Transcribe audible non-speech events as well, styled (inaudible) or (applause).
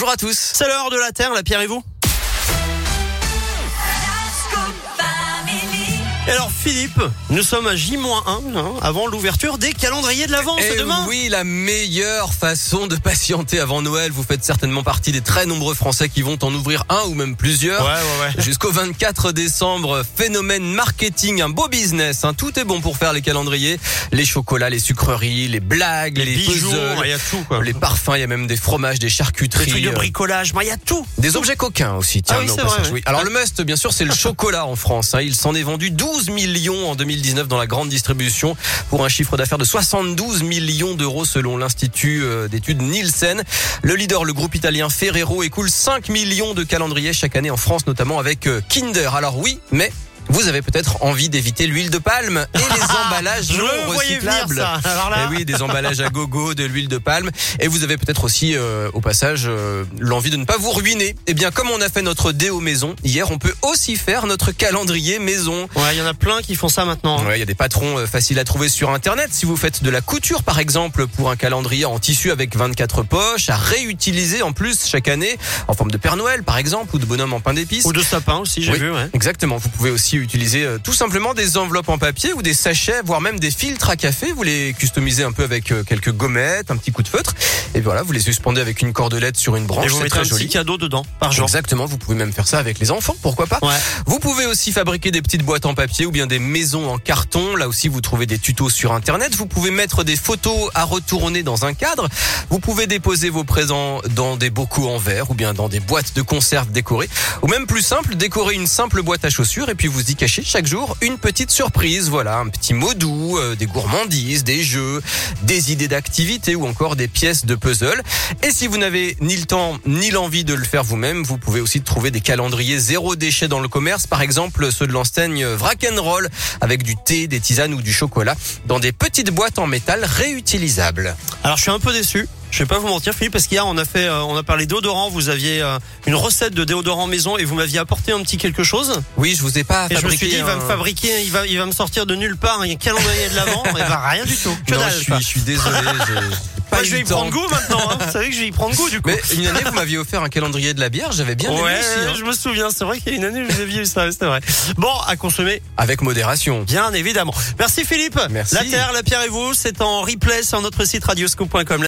Bonjour à tous. C'est l'heure de la Terre, la Pierre et vous Et alors Philippe, nous sommes à J-1 hein, avant l'ouverture des calendriers de l'Avent, c'est Eh demain oui, la meilleure façon de patienter avant Noël. Vous faites certainement partie des très nombreux Français qui vont en ouvrir un ou même plusieurs. ouais, ouais. Jusqu'au 24 décembre, phénomène marketing, un beau business. hein. Tout est bon pour faire les calendriers, les chocolats, les sucreries, les blagues, les, Les bijoux, puzzles, il y a tout quoi. les parfums. Il y a même des fromages, des charcuteries, Des trucs de euh, bricolage, moi, il y a tout. des objets coquins aussi. Tiens, Ah oui, mais au c'est vrai, passage, ouais. oui. Alors le must, bien sûr, c'est le chocolat en France. hein. Il s'en est vendu 12 millions en 2019 dans la grande distribution pour un chiffre d'affaires de 72 millions d'euros selon l'Institut euh, d'études Nielsen. Le leader, le groupe italien Ferrero, écoule 5 millions de calendriers chaque année en France, notamment avec euh, Kinder. Alors oui, mais... Vous avez peut-être envie d'éviter l'huile de palme (laughs) et les emballages Je non le voyais venir recyclables. ça. Alors là, Eh oui, des emballages à gogo, de l'huile de palme. Et vous avez peut-être aussi, euh, au passage, euh, l'envie de ne pas vous ruiner. Eh bien, comme on a fait notre déo maison, hier, on peut aussi faire notre calendrier maison. ouais, il y en a plein qui font ça maintenant. hein. Ouais, il y a des patrons euh, faciles à trouver sur Internet. Si vous faites de la couture, par exemple, pour un calendrier en tissu avec 24 poches, à réutiliser en plus chaque année, en forme de Père Noël, par exemple, ou de bonhomme en pain d'épices. Ou de sapin aussi, j'ai Oui. vu, ouais. Exactement, vous pouvez aussi utiliser euh, tout simplement des enveloppes en papier ou des sachets, voire même des filtres à café. Vous les customisez un peu avec euh, quelques gommettes, un petit coup de feutre. Et voilà, vous les suspendez avec une cordelette sur une branche, Et vous c'est mettez un très petit joli. cadeau dedans, par jour. Exactement, vous pouvez même faire ça avec les enfants, pourquoi pas. Ouais. Vous pouvez aussi fabriquer des petites boîtes en papier ou bien des maisons en carton. Là aussi, vous trouvez des tutos sur Internet. Vous pouvez mettre des photos à retourner dans un cadre. Vous pouvez déposer vos présents dans des bocaux en verre ou bien dans des boîtes de conserve décorées. Ou même plus simple, décorer une simple boîte à chaussures et puis vous y cachez chaque jour une petite surprise. Voilà, un petit mot doux, euh, des gourmandises, des jeux, des idées d'activités ou encore des pièces de puzzle. Et si vous n'avez ni le temps ni l'envie de le faire vous-même, vous pouvez aussi trouver des calendriers zéro déchet dans le commerce, par exemple ceux de l'enseigne Roll avec du thé, des tisanes ou du chocolat dans des petites boîtes en métal réutilisables. Alors je suis un peu déçu. Je vais pas vous mentir, Philippe, parce qu'hier on a fait, euh, on a parlé déodorant. Vous aviez euh, une recette de déodorant maison et vous m'aviez apporté un petit quelque chose. Oui, je vous ai pas Et je me fabriqué suis dit, il va un- me fabriquer, il va, il va me sortir de nulle part un calendrier de (laughs) l'avant. et bah rien du tout. Que Non, dalle, je suis, quoi. je suis désolé. je- j'ai (laughs) pas Moi, eu je vais le y temps. prendre goût maintenant. hein. Vous savez que je vais y prendre goût du coup. Mais une année, vous m'aviez offert un calendrier de la bière, j'avais bien ouais, aimé aussi. hein. je me souviens. C'est vrai qu'il y a une année, je vous aviez eu ça. C'est vrai. Bon, à consommer, Avec modération. bien évidemment. Merci Philippe. Merci. La Terre, la Pierre et vous, c'est en replay sur notre site radioscope.com.